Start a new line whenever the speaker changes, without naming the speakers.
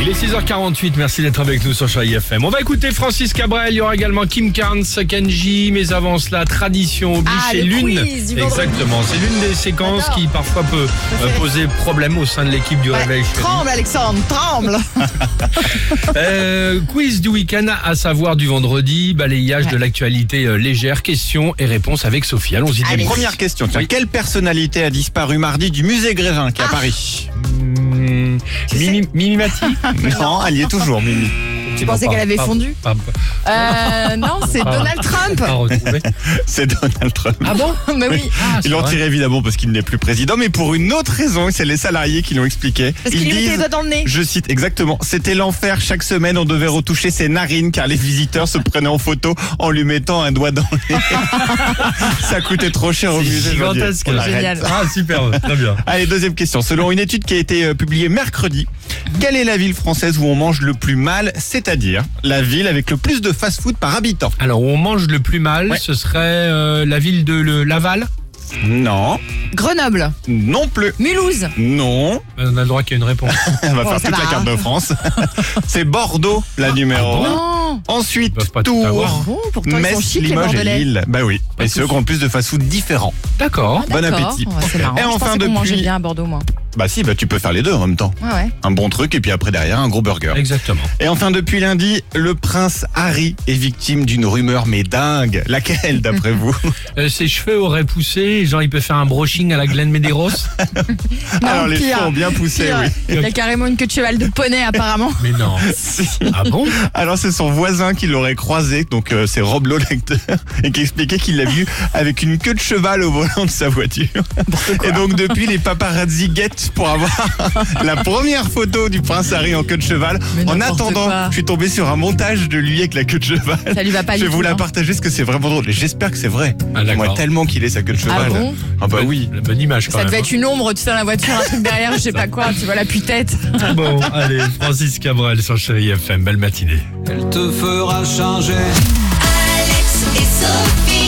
6h48, merci d'être avec nous sur Chai FM. On va écouter Francis Cabrel, il y aura également Kim Carnes, Kenji, mais avant cela, Tradition oblige,
Ah,
c'est
le
l'une.
quiz du vendredi.
Exactement, c'est l'une des séquences
J'adore.
qui parfois peut euh, poser problème au sein de l'équipe du Réveil. Chéri.
Tremble Alexandre, tremble
Euh, quiz du week-end, à savoir du vendredi, balayage
Ouais.
de l'actualité euh, légère, questions et réponses avec Sophie. Allons-y.
Allez.
Dimitri.
Première question, tiens,
Oui. Ah,
quelle personnalité a disparu mardi du musée Grévin qui est à Paris
Hmm,
Tu
Mimi- Mimimati
Non, elle y est toujours, Mimi.
Tu
pensais qu'elle avait fondu Euh, non, c'est
Ah.
Donald Trump
C'est Donald Trump.
Ah bon
Mais oui,
Ah, c'est
Ils l'ont
vrai.
tiré évidemment parce qu'il n'est plus président, mais pour une autre raison, et c'est les salariés qui l'ont expliqué.
parce
Ils
qu'il lui mettait les
disent,
doigts dans le nez.
je cite exactement, c'était l'enfer, chaque semaine on devait retoucher ses narines car les visiteurs se prenaient en photo en lui mettant un doigt dans le nez. Ça coûtait trop cher au
C'est
musée. je veux dire.
gigantesque.
On arrête.
Génial.
Ah, super, très bien.
Allez, deuxième question. Selon une étude qui a été euh, publiée mercredi, quelle est la ville française où on mange le plus mal, c'est-à-dire la ville avec le plus de fast-food par habitant
Alors, où on mange le plus mal,
Ouais.
ce serait euh, la ville de le- Laval.
Non,
Grenoble,
non plus,
Mulhouse,
non.
Euh, On a le droit qu'il y ait une réponse.
On va
Bon,
faire
ça
toute
va,
la carte
hein.
de France. C'est Bordeaux, la numéro un.
non
Ensuite,
Ils peuvent pas tout avoir.
Tours,
Bon, pourtant ils sont
Metz,
chics les
Limoges et
Bordelais.
Lille. Bah oui,
Pas
et ceux
tous.
qui ont le plus de fast-food différents.
D'accord.
Bon
Ah, D'accord.
appétit.
Ouais, c'est marrant.
Et
Je
enfin,
pensais qu'on mangeait
depuis-
bien à Bordeaux, moi.
Bah si, bah tu peux faire les deux en même temps.
Ouais, Ah ouais.
Un bon truc et puis après derrière un gros burger.
Exactement.
Et enfin, depuis lundi, le prince Harry est victime d'une rumeur mais dingue. Laquelle, d'après vous
Euh, ses cheveux auraient poussé, genre il peut faire un brushing à la Glen Medeiros.
Non,
Alors Ah, les
pire.
cheveux ont bien poussé,
Pire.
oui.
Il a carrément une queue de cheval de poney, apparemment.
Mais non.
Si.
Ah bon
Alors c'est son voisin qui l'aurait croisé, donc euh, c'est Roblo l'acteur, et qui expliquait qu'il l'a vu avec une queue de cheval au volant de sa voiture. Et donc depuis les paparazzi guettent pour avoir la première photo du prince Harry en queue de cheval.
Mais
En
n'importe
attendant,
quoi.
je suis tombé sur un montage de lui avec la queue de cheval.
Ça lui va pas
Je vais
du
vous
tout,
la
hein.
partager parce que c'est vraiment drôle. Et J'espère que c'est vrai.
Ah, d'accord.
Moi, tellement qu'il est sa queue de cheval.
Ah bon
Ah bah oui.
La bonne image quand
Ça
même.
devait être une ombre, tu sais, dans la voiture, un truc derrière, je sais pas quoi, tu vois, la tête
hein. Bon, allez, Francis Cabrel sur Chéri FM. Belle matinée.
Elle te fera changer.
Alex et Sophie.